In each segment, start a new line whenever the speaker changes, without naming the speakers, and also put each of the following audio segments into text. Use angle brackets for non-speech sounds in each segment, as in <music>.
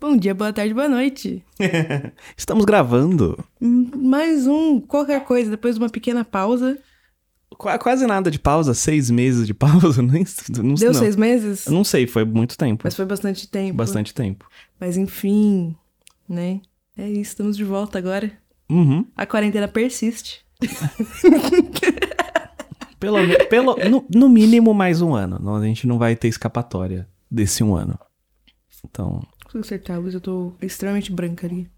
Bom dia, boa tarde, boa noite.
Estamos gravando.
Hum, Mais um qualquer coisa, depois de uma pequena pausa.
Qua- quase nada de pausa, seis meses de <laughs> pausa, nem não,
Deu
não.
seis meses,
Eu Não sei, foi muito tempo.
mas foi bastante tempo.
Bastante tempo.
Mas enfim, né? É isso, estamos de volta agora.
Uhum.
A quarentena persiste.
Pelo, pelo, <laughs> no, no mínimo mais um ano. Não- A gente não vai ter escapatória desse um ano. Então,
Consigo acertar a luz, eu tô extremamente branca ali.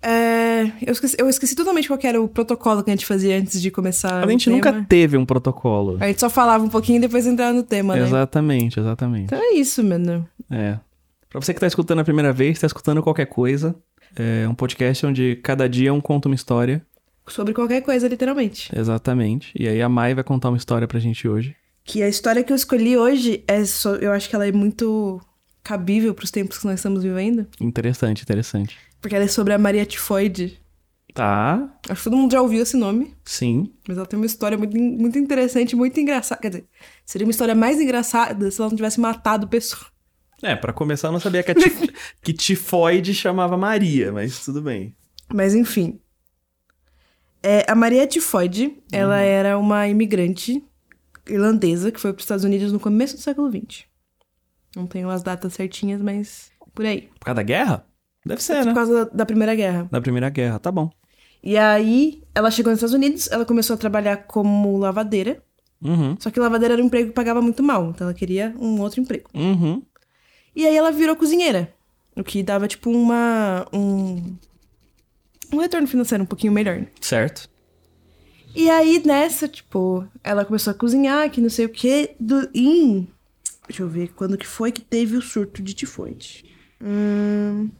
É, eu, esqueci, eu esqueci totalmente qual que era o protocolo que a gente fazia antes de começar.
a
o
gente
tema.
nunca teve um protocolo.
A gente só falava um pouquinho e depois entrava no tema, né?
Exatamente, exatamente.
Então é isso, mano.
É. Pra você que tá escutando a primeira vez, tá escutando qualquer coisa, é um podcast onde cada dia um conta uma história.
Sobre qualquer coisa, literalmente.
Exatamente. E aí a Mai vai contar uma história pra gente hoje.
Que a história que eu escolhi hoje é só, eu acho que ela é muito cabível pros tempos que nós estamos vivendo,
Interessante, interessante.
porque ela é sobre a Maria Tifoide.
Tá,
Acho que todo mundo já ouviu esse nome,
sim.
mas ela tem uma história muito, en- muito interessante, muito engraçada. Quer dizer, seria uma história mais engraçada se ela não tivesse matado pessoa.
É, pra começar, eu não sabia que, a ti- <laughs> que tifoide chamava Maria, mas tudo bem.
Mas enfim. É, a Maria Tifoide, ela era uma imigrante irlandesa que foi para os Estados Unidos no começo do século XX. Não tenho as datas certinhas, mas por aí.
Por causa da guerra? Deve ser,
Por
né?
causa da- da Primeira Guerra.
Da Primeira Guerra, tá bom.
E aí, ela chegou nos Estados Unidos, ela começou a trabalhar como lavadeira.
Uhum,
Só que lavadeira era um emprego que pagava muito mal, então ela queria um outro emprego.
uhum.
E aí ela virou cozinheira, o que dava tipo uma um um retorno financeiro um pouquinho melhor.
Certo.
E aí nessa, tipo, ela começou a cozinhar, que não sei o quê, do em Deixa eu ver quando que foi que teve o surto de tifoide. Hum.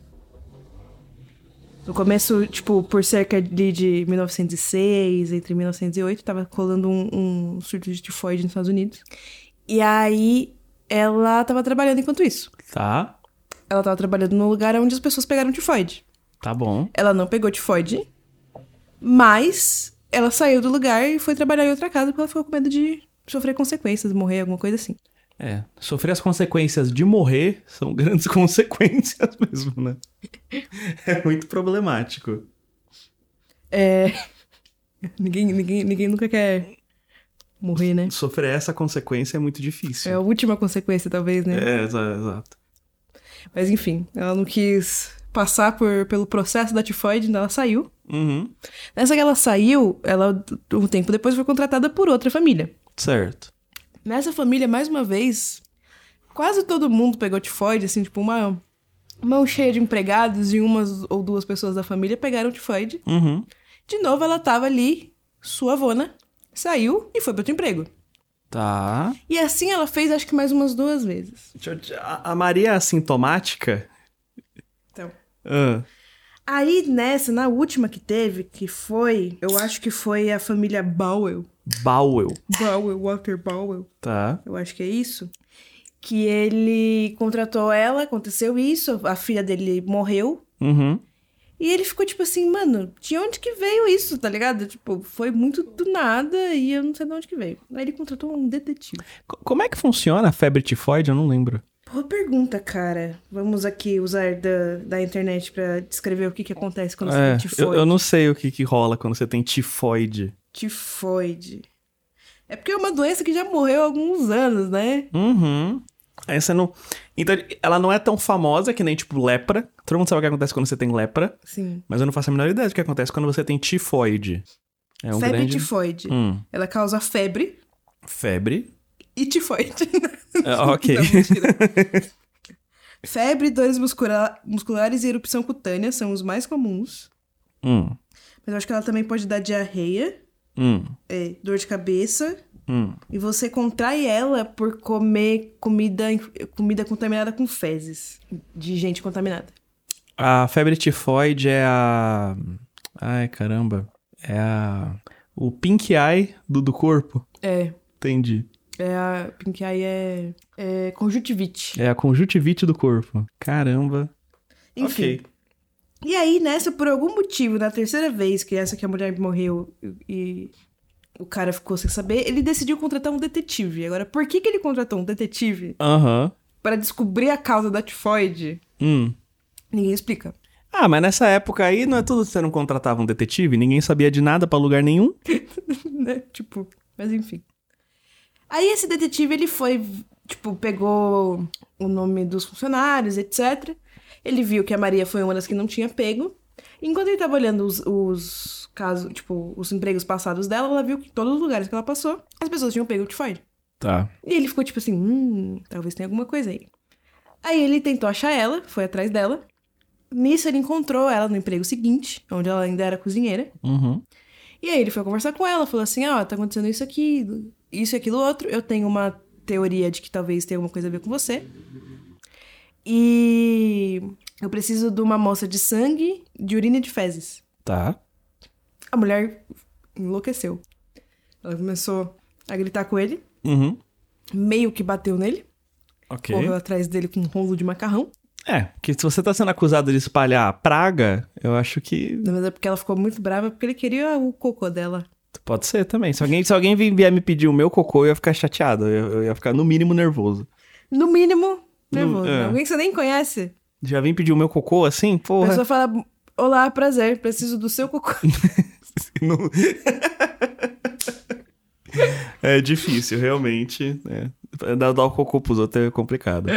No começo, tipo, por cerca de, de 1906, entre 1908, tava colando um, um surto de tifoide nos Estados Unidos. E aí, ela tava trabalhando enquanto isso.
Tá,
Ela tava trabalhando no lugar onde as pessoas pegaram tifoide.
tá bom.
Ela não pegou tifoide, mas ela saiu do lugar e foi trabalhar em outra casa porque ela ficou com medo de sofrer consequências, morrer, alguma coisa assim.
É, sofrer as consequências de morrer são <laughs> grandes consequências mesmo, <laughs> né? É muito problemático.
É. <laughs> Ninguém, ninguém, ninguém nunca quer morrer, né?
Sofrer essa consequência é muito difícil.
É a última consequência, talvez, né?
É, exa- exato.
Mas enfim, ela não quis passar por, pelo processo da tifoide, então ela saiu.
Uhum.
Nessa que ela saiu, ela, um tempo depois, foi contratada por outra família.
Certo.
Nessa família, mais uma vez, quase todo mundo pegou tifoide, assim, tipo, uma mão cheia de empregados e umas ou duas pessoas da família pegaram tifoide.
Uhum.
De novo, ela tava ali, sua avona, saiu e foi para outro emprego.
Tá.
E assim ela fez, acho que mais umas duas vezes.
Deixa eu te- A a Maria é assintomática?
Então.
Ah,
Aí nessa, na última que teve, que foi, eu acho que foi a família Bowell.
Bowel.
Bowell, Walter Bowell.
Tá.
eu acho que é isso, que ele contratou ela, aconteceu isso, a filha dele morreu.
Uhum.
E ele ficou tipo assim, mano, de onde que veio isso, tá ligado? Tipo, foi muito do nada e eu não sei de onde que veio. Aí ele contratou um detetive.
Co- Como é que funciona a febre tifoide? Eu não lembro.
Boa pergunta, cara. Vamos aqui usar da, da internet pra descrever o que que acontece quando
É,
você tem tifoide.
eu, eu não sei o que, que rola quando você tem tifoide.
Tifoide. É porque é uma doença que já morreu há alguns anos, né?
Uhum. Aí você não. Então, ela não é tão famosa que nem, tipo, lepra. Todo mundo sabe o que acontece quando você tem lepra,
Sim.
mas eu não faço a menor ideia do que acontece quando você tem tifoide. É um
febre
grande.
tifoide.
Hum.
Ela causa febre
Febre.
<laughs> e tifoide.
É, ok.
Não, mentira. <laughs> Febre, dores muscula- musculares e erupção cutânea são os mais comuns.
Hum.
Mas eu acho que ela também pode dar diarreia,
Hum.
é, dor de cabeça.
Hum.
E você contrai ela por comer comida, comida contaminada com fezes. De gente contaminada.
A febre tifoide é a. Ai, caramba. É a. O pink eye do, do corpo.
É.
Entendi.
É a Pink Eye é, é conjuntivite.
É a conjuntivite do corpo. Caramba.
Enfim.
Ok.
E aí, nessa, por algum motivo, na terceira vez que essa que a mulher morreu e o cara ficou sem saber, ele decidiu contratar um detetive. Agora, por que, que ele contratou um detetive
Aham.
para descobrir a causa da tifoide?
Hum.
Ninguém explica.
Ah, mas nessa época aí não é tudo que você não contratava um detetive? Ninguém sabia de nada pra lugar nenhum?
<laughs> né? Tipo, mas enfim. Aí esse detetive, ele foi, tipo, pegou o nome dos funcionários, etc. Ele viu que a Maria foi uma das que não tinha pego. Enquanto ele tava olhando os, os casos, tipo, os empregos passados dela, ela viu que em todos os lugares que ela passou, as pessoas tinham pego o tifoide.
Tá.
E ele ficou tipo assim, hum, talvez tenha alguma coisa aí. Aí ele tentou achar ela, foi atrás dela. Nisso ele encontrou ela no emprego seguinte, onde ela ainda era cozinheira.
Uhum.
E aí ele foi conversar com ela, falou assim: ó, tá acontecendo isso aqui, isso e aquilo outro. Eu tenho uma teoria de que talvez tenha alguma coisa a ver com você. E eu preciso de uma moça de sangue, de urina e de fezes.
Tá.
A mulher enlouqueceu. Ela começou a gritar com ele,
Uhum.
meio que bateu nele,
Ok.
correu atrás dele com um rolo de macarrão.
É, porque se você tá sendo acusado de espalhar praga, eu acho que
Não, Mas é porque ela ficou muito brava porque ele queria o cocô dela.
pode ser também. Se alguém, se alguém vi- vier me pedir o meu cocô, eu ia ficar chateado. Eu, eu ia ficar, no mínimo, nervoso.
No mínimo, nervoso. né?
é.
Alguém que você nem conhece.
Já vim pedir o meu cocô assim?
A
Porra.
pessoa fala: Olá, prazer, preciso do seu cocô.
<laughs> Não- é difícil, realmente. É. Dar, dar o cocô pros outros é complicado.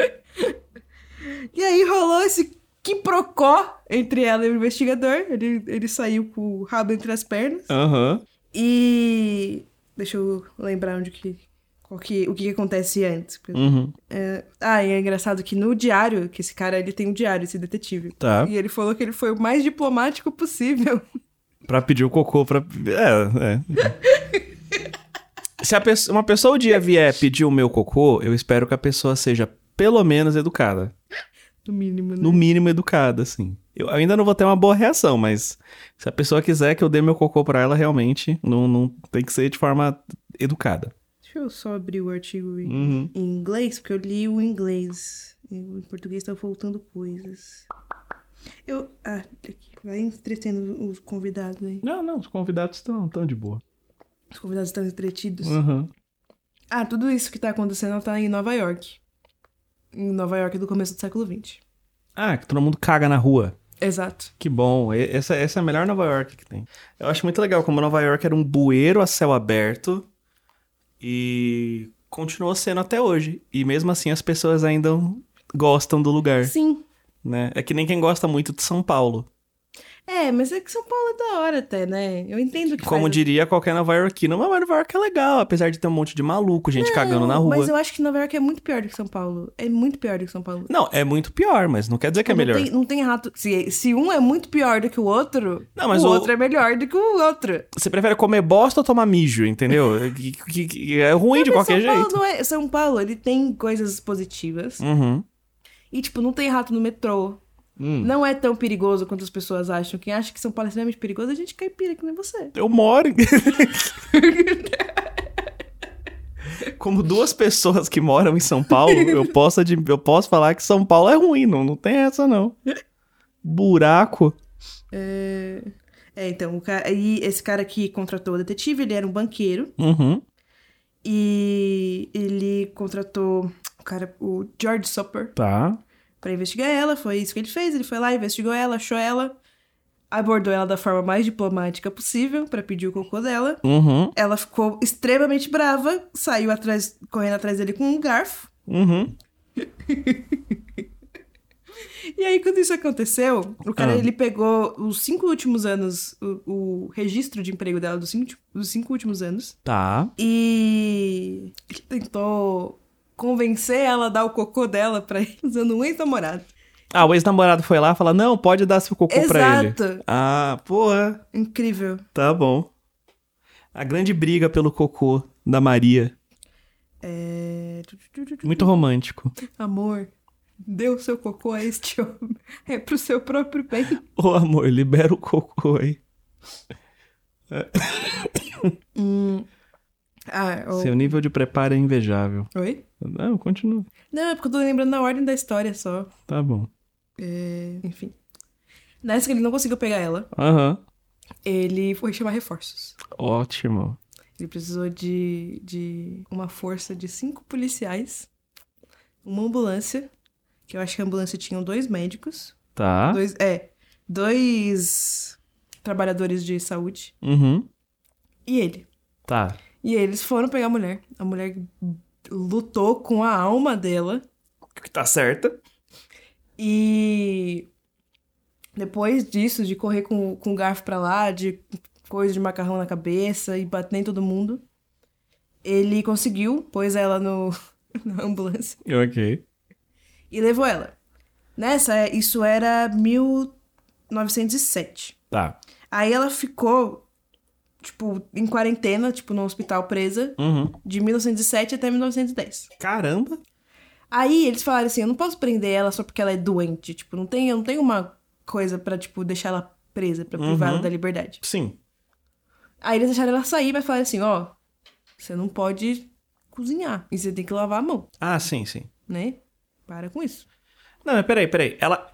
E aí rolou esse quiprocó entre ela e o investigador. Ele, ele saiu com o rabo entre as pernas.
Aham.
E. Deixa eu lembrar onde que. Qual que o que, que acontece antes. porque-
Uhum.
É, Ah, e é engraçado que no diário, que esse cara ele tem um diário, esse detetive.
Tá.
E ele falou que ele foi o mais diplomático possível. <laughs>
Pra pedir o cocô, pra. É, é. Se a pessoa, uma pessoa um dia vier pedir o meu cocô, eu espero que a pessoa seja pelo menos educada.
No mínimo, né?
No mínimo educada, assim. Eu ainda não vou ter uma boa reação, mas se a pessoa quiser que eu dê meu cocô pra ela, realmente, não, não tem que ser de forma educada.
Deixa eu só abrir o artigo em,
Uhum.
em inglês, porque eu li o inglês. E Em português tá faltando coisas. Eu. Ah, aqui. Vai entretendo os convidados aí.
Não, não, os convidados estão tão de boa.
Os convidados estão entretidos.
Uhum.
Ah, tudo isso que tá acontecendo tá em Nova York. Em Nova York do começo do século XX.
Ah, que todo mundo caga na rua.
Exato.
Que bom, e- essa, essa é a melhor Nova York que tem. Eu acho muito legal como Nova York era um bueiro a céu aberto e continuou sendo até hoje. E mesmo assim as pessoas ainda gostam do lugar,
Sim.
né? É que nem quem gosta muito de São Paulo.
É, mas é que São Paulo é da hora até, né? Eu entendo que.
Como
faz-
diria qualquer Nova Yorkino, mas Nova York é legal, apesar de ter um monte de maluco, gente cagando na rua.
Mas eu acho que Nova York é muito pior do que São Paulo. É muito pior do que São Paulo.
Não, é muito pior, mas não quer dizer que é
não
melhor.
Tem, não tem rato. Se, se um é muito pior do que o outro,
Não, mas
o,
o-
outro é melhor do que o outro.
Você prefere comer bosta ou tomar
<laughs>
mijo, entendeu? Que- que- que- é ruim de
Mas
qualquer
São Paulo
jeito.
não é- São Paulo, ele tem coisas positivas.
Uhum.
E, tipo, não tem rato no metrô.
Hum.
Não é tão perigoso quanto as pessoas acham. Quem acha que São Paulo é extremamente perigoso, a gente caipira, que nem você.
Eu moro.
<laughs>
em- Como duas pessoas que moram em São Paulo, eu posso, admi- eu posso falar que São Paulo é ruim, não, não tem essa não. Buraco.
É, é, então, o cara... e esse cara que contratou o detetive, ele era um banqueiro.
Uhum.
E ele contratou o cara, o George Supper,
Tá.
pra investigar ela. Foi isso que ele fez. Ele foi lá, investigou ela, achou ela. Abordou ela da forma mais diplomática possível pra pedir o cocô dela.
Uhum.
Ela ficou extremamente brava, saiu atrás, correndo atrás dele com um garfo.
Uhum.
E aí, quando isso aconteceu, o cara
Ah.
ele pegou os cinco últimos anos, o, o registro de emprego dela dos cinco, ti- dos cinco últimos anos,
Tá.
e ele tentou convencer ela a dar o cocô dela pra ele, <laughs> usando um ex-namorado.
Ah, o ex-namorado foi lá e falou: não, pode dar seu cocô pra ele.
Exato!
Ah, porra.
Incrível.
Tá bom. A grande briga pelo cocô da Maria.
É...
Muito romântico.
Amor, dê o seu cocô a este homem. <laughs> É pro seu próprio bem.
Ô amor, libera o cocô aí.
Ah, o-
Seu nível de preparo é invejável.
Oi?
Não, continua.
Não, é porque eu tô lembrando na ordem da história só.
Tá bom.
É, Enfim. Nessa que ele não conseguiu pegar ela,
Aham.
ele foi chamar reforços.
Ótimo.
Ele precisou de, de uma força de cinco policiais, uma ambulância Que eu acho que a ambulância tinha dois médicos.
Tá.
Dois, é, dois trabalhadores de saúde.
Uhum.
E ele.
Tá.
E eles foram pegar a mulher. A mulher lutou com a alma dela.
Que tá certa.
E depois disso, de correr com, com o garfo pra lá, de coisa de macarrão na cabeça e bater em todo mundo, ele conseguiu, pôs ela no, <laughs> na ambulância
Ok.
e levou ela. Nessa, isso era 1907.
Tá.
Aí ela ficou, tipo, em quarentena, tipo, no hospital presa,
Uhum.
de 1907 até 1910.
Caramba.
Aí eles falaram assim, eu não posso prender ela só porque ela é doente, tipo, não tem, eu não tenho uma coisa pra, tipo, deixar ela presa, pra privar
Uhum.
ela da liberdade.
Sim.
Aí eles deixaram ela sair, mas falaram assim, ó, você não pode cozinhar e você tem que lavar a mão,
Ah, sim, sim.
né? Para com isso.
Não, mas peraí, peraí. Ela.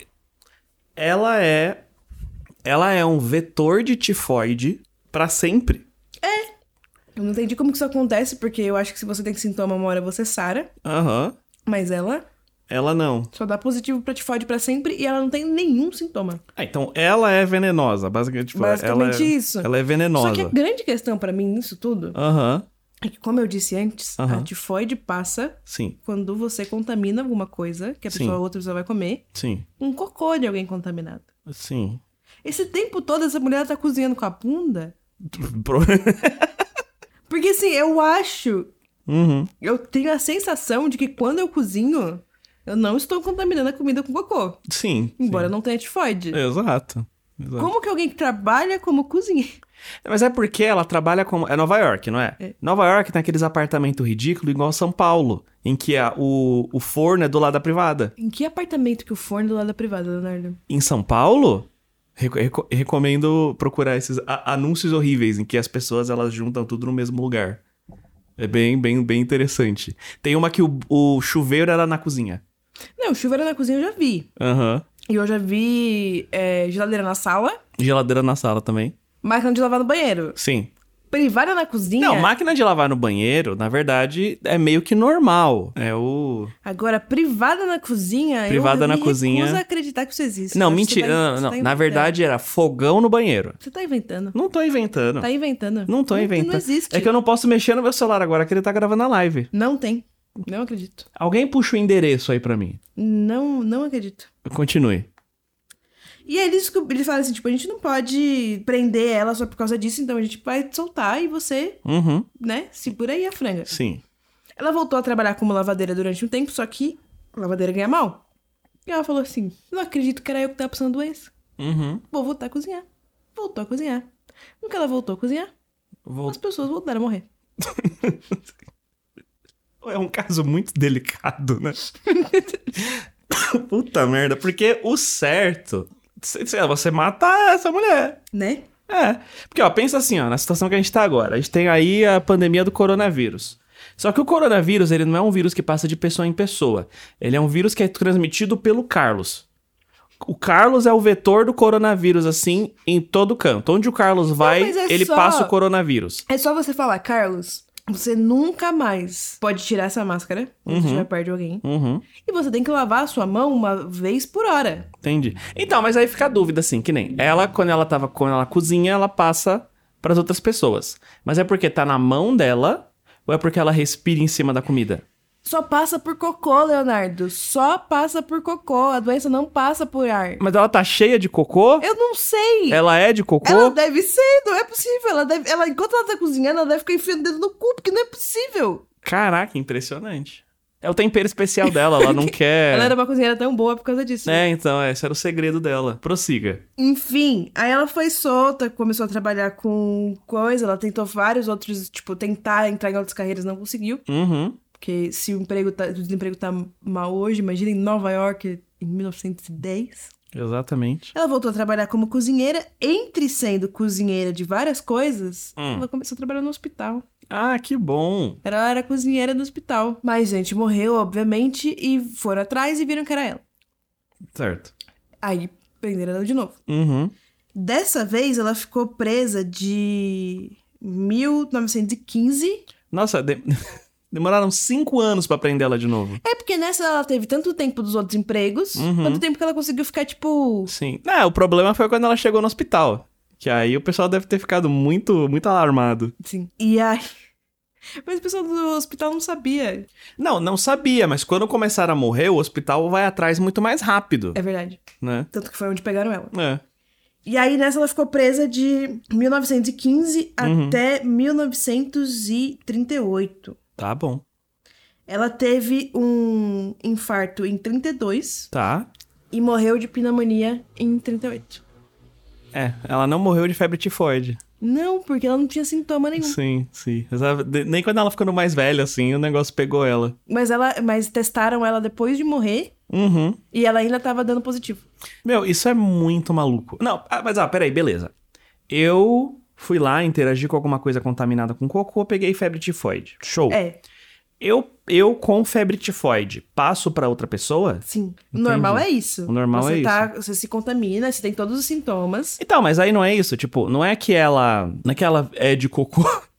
Ela é. Ela é um vetor de tifoide pra sempre.
Eu não entendi como que isso acontece, porque eu acho que se você tem sintoma uma hora você sara,
Aham.
mas ela
Ela não.
só dá positivo pra tifoide pra sempre e ela não tem nenhum sintoma.
Ah, então ela é venenosa, basicamente. Tipo,
Basicamente
ela é,
isso.
Ela é venenosa.
Só que a grande questão pra mim nisso tudo
Aham.
é que, como eu disse antes, a
Aham.
tifoide passa
Sim,
quando você contamina alguma coisa que a
Sim.
pessoa, outra pessoa vai comer,
sim,
um cocô de alguém contaminado.
sim. <laughs>
Esse tempo todo essa mulher ela tá cozinhando com a bunda?
Pro-
Porque assim, eu acho,
Uhum.
eu tenho a sensação de que quando eu cozinho, eu não estou contaminando a comida com cocô,
Sim. É,
embora eu não tenha tifoide.
sim. Exato. Exato.
Como que alguém que trabalha como cozinheiro?
Mas é porque ela trabalha como. É Nova York, não é?
É.
Nova York tem aqueles apartamentos ridículos igual São Paulo, em que a- o, o forno é do lado da privada.
Em que apartamento que o forno é do lado da privada, Leonardo?
Em São Paulo, reco- reco- recomendo procurar esses a- anúncios horríveis em que as pessoas elas juntam tudo no mesmo lugar. É bem, bem, bem interessante. Tem uma que o, o chuveiro era na cozinha.
Não, chuveiro na cozinha eu já vi.
Aham.
E eu já vi é, geladeira na sala,
Geladeira na sala também.
máquina de lavar no banheiro.
Sim.
Privada na cozinha?
Não, máquina de lavar no banheiro, na verdade, é meio que normal. É o.
Agora, privada na cozinha.
Privada
eu
na
me
cozinha.
recuso a acreditar que isso existe.
Não,
Eu acho que
mentira. ah,
você tá-
não,
você tá
não, não. Na
inventando.
verdade, era fogão no banheiro.
Você tá inventando.
Não tô inventando.
Tá inventando.
Não tô inventando.
Não existe.
É que eu não posso mexer no meu celular agora que ele tá gravando a live.
Não tem. Não acredito.
Alguém puxa o endereço aí pra mim.
Não, não acredito.
Continue.
E aí eles, descob- eles falam assim, tipo, a gente não pode prender ela só por causa disso, então a gente vai soltar e você,
Uhum.
né, segura aí a franga.
Sim.
Ela voltou a trabalhar como lavadeira durante um tempo, só que a lavadeira ganha mal. E ela falou assim, não acredito que era eu que tava passando doença.
Uhum.
Vou voltar tá a cozinhar. Voltou a cozinhar. Nunca ela voltou a cozinhar,
Vou-
as pessoas voltaram a morrer.
É um caso muito delicado, né? <laughs> Puta merda. Porque o certo. sei lá, Você mata essa mulher.
Né?
É, porque ó, pensa assim, ó, na situação que a gente tá agora. A gente tem aí a pandemia do coronavírus. Só que o coronavírus, ele não é um vírus que passa de pessoa em pessoa. Ele é um vírus que é transmitido pelo Carlos. O Carlos é o vetor do coronavírus, assim, em todo canto. Onde o Carlos vai,
mas é
ele
só-
passa o coronavírus.
É só você falar, Carlos, você nunca mais pode tirar essa máscara quando você estiver perto de alguém.
Uhum,
E você tem que lavar a sua mão uma vez por hora.
entendi. Então, mas aí fica a dúvida, assim, que nem ela, quando ela tava, quando ela cozinha, ela passa pras outras pessoas. Mas é porque tá na mão dela ou é porque ela respira em cima da comida?
Só passa por cocô, Leonardo. Só passa por cocô. A doença não passa por ar.
Mas ela tá cheia de cocô?
Eu não sei.
Ela é de cocô?
É. Ela deve ser, não é possível. Ela deve, ela, enquanto ela tá cozinhando, ela deve ficar enfiando o dedo no cu, porque não é possível.
Caraca, impressionante. É o tempero especial
<laughs>
dela, ela não quer.
Ela era uma cozinheira tão boa por causa disso.
É, então, esse era o segredo dela. Prossiga.
Enfim, aí ela foi solta, começou a trabalhar com coisa, ela tentou vários outros, tipo, tentar entrar em outras carreiras, não conseguiu.
Uhum.
Porque se o, emprego tá, o desemprego tá mal hoje, imagina em Nova York em 1910.
Exatamente.
Ela voltou a trabalhar como cozinheira, entre sendo cozinheira de várias coisas,
Hum.
ela começou a trabalhar no hospital.
Ah, que bom.
Ela era cozinheira do hospital. Mas gente morreu, obviamente, e foram atrás e viram que era ela.
Certo.
Aí prenderam ela de novo.
Uhum.
Dessa vez ela ficou presa de 1915
Nossa, de- <laughs> Demoraram cinco anos pra prender ela de novo.
É porque nessa ela teve tanto tempo dos outros empregos,
Uhum.
quanto tempo que ela conseguiu ficar, tipo.
Sim. Não, o problema foi quando ela chegou no hospital. Que aí o pessoal deve ter ficado muito, muito alarmado.
Sim. assim, E aí. <laughs> Mas o pessoal do hospital não sabia.
Não, não sabia, mas quando começaram a morrer, o hospital vai atrás muito mais rápido,
É verdade.
né?
Tanto que foi onde pegaram ela.
É.
E aí nessa ela ficou presa de 1915
Uhum.
até 1938.
Tá bom.
Ela teve um infarto em 32
Tá.
e morreu de pneumonia em 38.
É, ela não morreu de febre tifoide.
Não, porque ela não tinha sintoma nenhum.
Sim, sim. Mas ela- de- Nem quando ela ficando mais velha, assim, o negócio pegou ela.
Mas ela, mas testaram ela depois de morrer
Uhum.
e ela ainda tava dando positivo.
Meu, isso é muito maluco. Não, ah, mas ah, peraí, beleza. Eu fui lá, interagi com alguma coisa contaminada com cocô, peguei febre tifoide. Show.
É,
Eu, eu com febre tifoide passo pra outra pessoa?
sim. O
Entendi.
normal é isso.
O normal
você
é
tá, Você se contamina, você tem todos os sintomas.
Então, mas aí não é isso, tipo, não é que ela, não é que ela é de cocô. <laughs>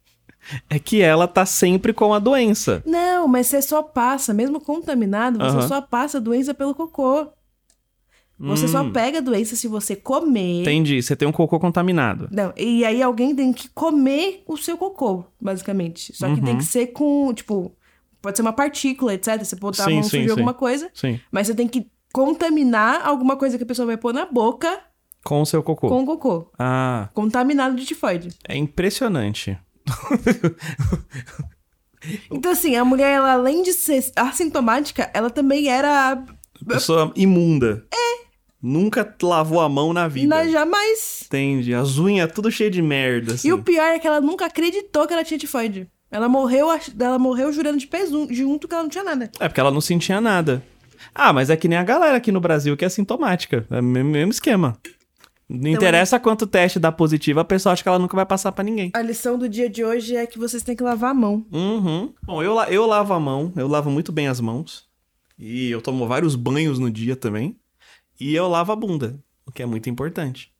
É que ela tá sempre com a doença.
Não, mas você só passa, mesmo contaminado, você
Aham.
só passa a doença pelo cocô. Você
Hum,
só pega a doença se você comer.
Entendi, você tem um cocô contaminado.
Não, e aí alguém tem que comer o seu cocô, basicamente. Só que
Uhum.
tem que ser com, tipo, pode ser uma partícula, etc. Você botar a
Sim,
mão
sim,
suja
sim.
alguma coisa,
Sim,
mas você tem que contaminar alguma coisa que a pessoa vai pôr na boca
com o seu cocô.
com o cocô.
Ah,
Contaminado de tifoide.
é impressionante.
Então, assim, a mulher, ela, além de ser assintomática, ela também era
Pessoa imunda. É. Nunca lavou a mão na vida.
na jamais.
Entende? As unhas tudo cheio de merda, assim.
E o pior é que ela nunca acreditou que ela tinha tifoide. Ela morreu, ach- ela morreu jurando de peso um, junto que ela não tinha nada.
É porque ela não sentia nada. Ah, mas é que nem a galera aqui no Brasil que é sintomática. É o mesmo, mesmo esquema. Não
Então,
interessa quanto teste dá positivo, a pessoa acha que ela nunca vai passar pra ninguém.
A lição do dia de hoje é que vocês têm que lavar a mão.
Uhum. Bom, eu, la- eu lavo a mão, eu lavo muito bem as mãos. E eu tomo vários banhos no dia também. E eu lavo a bunda, o que é muito importante.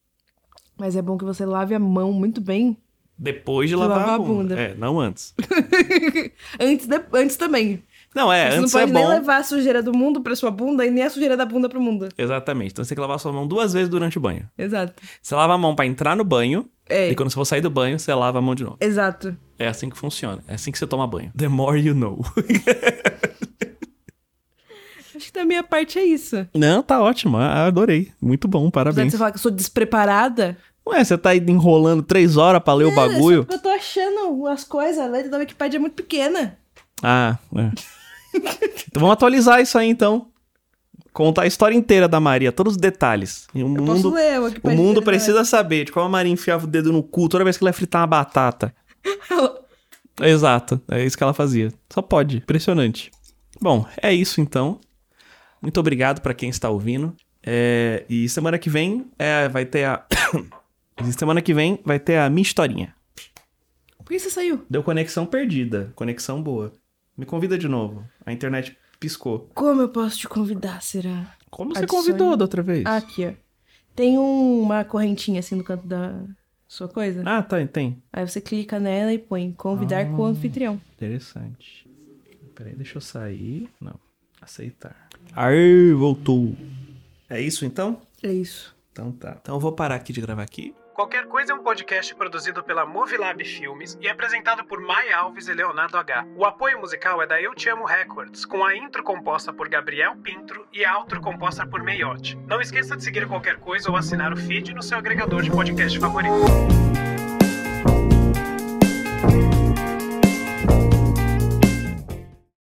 Mas é bom que você lave a mão muito bem. <laughs>
Depois de
De
lavar,
lavar
a
a
bunda.
bunda.
É, não antes.
Antes, de- antes também.
Não, é,
<laughs> você não
antes
pode
é
nem
bom.
levar a sujeira do mundo pra sua bunda e nem a sujeira da bunda pro mundo.
Exatamente. Então você tem que lavar sua mão duas vezes durante o banho.
Exato.
Você lava a mão pra entrar no banho,
É.
e quando você for sair do banho, você lava a mão de novo.
Exato.
É assim que funciona. É assim que você toma banho. The more you know.
Acho que da minha parte é isso.
<laughs> Não, tá ótimo. Ah, Adorei. Muito bom,
Apesar de
parabéns.
você falar que eu sou despreparada.
Ué, você tá aí enrolando três horas pra ler
É,
o bagulho?
Eu tô achando as coisas, a letra da Wikipedia é muito pequena.
Ah, é. então vamos atualizar isso aí, então. Contar a história inteira da Maria, todos os detalhes. E o
Eu posso
mundo,
ler a
o
Wikipédia
mundo
dele, né? <laughs>
precisa saber de como a Maria enfiava o dedo no cu toda vez que ela ia fritar uma batata. Exato, é isso que ela fazia. Só pode, impressionante. Bom, é isso então. Muito obrigado pra quem está ouvindo. É, e semana que vem é, vai ter a. <coughs> semana que vem vai ter a minha historinha.
Por que você saiu?
Deu conexão perdida, conexão boa. Me convida de novo. A internet piscou.
Como eu posso te convidar, será?
Como
você
você convidou
convidou
da outra vez?
Ah, aqui, ó. Tem um- uma correntinha assim no canto da sua coisa.
Ah, tá, tem.
Aí você clica nela e põe convidar com o
Ah.
anfitrião.
Interessante. Peraí, deixa eu sair. Não. Aceitar. Ai, voltou. É isso então?
É isso.
Então tá. Então eu vou parar aqui de gravar aqui.
Qualquer Coisa é um podcast produzido pela Movilab Filmes e apresentado por Mai Alves e Leonardo H. O apoio musical é da Eu Te Amo Records, com a intro composta por Gabriel Pintro e a outro composta por Meiote. Não esqueça de seguir Qualquer Coisa ou assinar o feed no seu agregador de podcast favorito.